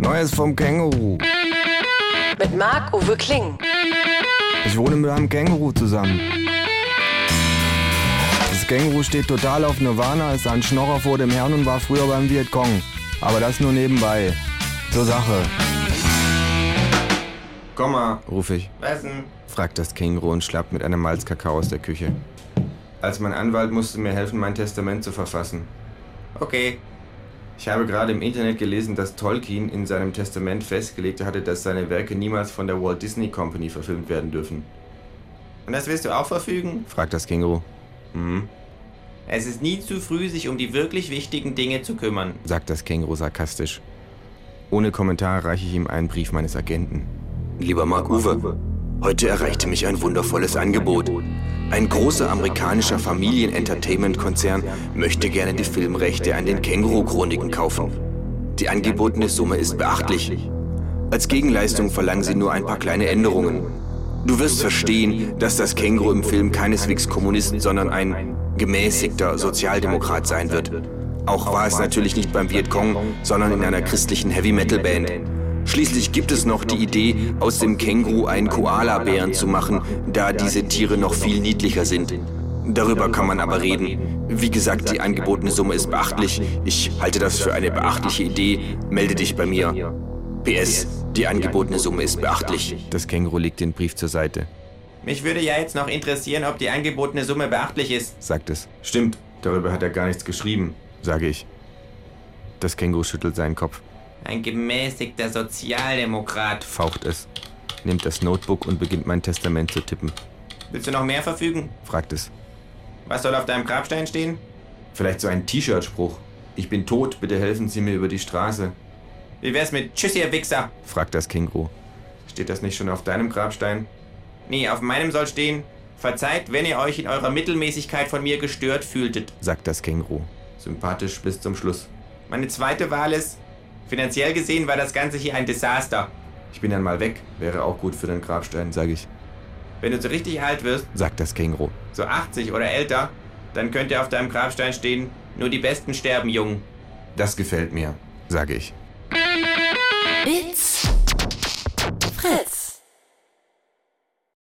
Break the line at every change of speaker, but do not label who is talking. Neues vom Känguru.
Mit Marc-Uwe Kling.
Ich wohne mit einem Känguru zusammen. Das Känguru steht total auf Nirvana, ist ein Schnorrer vor dem Herrn und war früher beim Vietcong. Aber das nur nebenbei. Zur Sache. Komm mal, ruf ich. Was denn? fragt das Känguru und schlappt mit einem Malzkakao aus der Küche. Als mein Anwalt musste mir helfen, mein Testament zu verfassen. Okay. Ich habe gerade im Internet gelesen, dass Tolkien in seinem Testament festgelegt hatte, dass seine Werke niemals von der Walt Disney Company verfilmt werden dürfen. Und das willst du auch verfügen? fragt das Känguru. Mhm. Es ist nie zu früh, sich um die wirklich wichtigen Dinge zu kümmern, sagt das Känguru sarkastisch. Ohne Kommentar reiche ich ihm einen Brief meines Agenten.
Lieber Marc-Uwe, heute erreichte mich ein wundervolles Angebot. Ein großer amerikanischer Familien-Entertainment-Konzern möchte gerne die Filmrechte an den Känguru-Chroniken kaufen. Die angebotene Summe ist beachtlich. Als Gegenleistung verlangen sie nur ein paar kleine Änderungen. Du wirst verstehen, dass das Känguru im Film keineswegs Kommunist, sondern ein gemäßigter Sozialdemokrat sein wird. Auch war es natürlich nicht beim Vietcong, sondern in einer christlichen Heavy-Metal-Band. Schließlich gibt es noch die Idee, aus dem Känguru einen Koala-Bären zu machen, da diese Tiere noch viel niedlicher sind. Darüber kann man aber reden. Wie gesagt, die angebotene Summe ist beachtlich. Ich halte das für eine beachtliche Idee. Melde dich bei mir. PS, die angebotene Summe ist beachtlich.
Das Känguru legt den Brief zur Seite.
Mich würde ja jetzt noch interessieren, ob die angebotene Summe beachtlich ist.
sagt es. Stimmt, darüber hat er gar nichts geschrieben, sage ich. Das Känguru schüttelt seinen Kopf,
Ein gemäßigter Sozialdemokrat.
faucht es, nimmt das Notebook und beginnt mein Testament zu tippen,
Willst du noch mehr verfügen?
fragt es.
Was soll auf deinem Grabstein stehen?
Vielleicht so ein T-Shirt-Spruch. Ich bin tot, bitte helfen Sie mir über die Straße,
Wie wär's mit Tschüss, ihr Wichser?
fragt das Känguru. Steht das nicht schon auf deinem Grabstein?
Nee, auf meinem soll stehen. Verzeiht, wenn ihr euch in eurer Mittelmäßigkeit von mir gestört fühltet.
sagt das Känguru. Sympathisch bis zum Schluss.
Meine zweite Wahl ist, finanziell gesehen war das Ganze hier ein Desaster.
Ich bin dann mal weg, wäre auch gut für den Grabstein, sage ich,
Wenn du so richtig alt wirst,
sagt das Känguru.
so 80 oder älter, dann könnte auf deinem Grabstein stehen, nur die Besten sterben, Jungen.
Das gefällt mir, sage ich.
It's Fritz.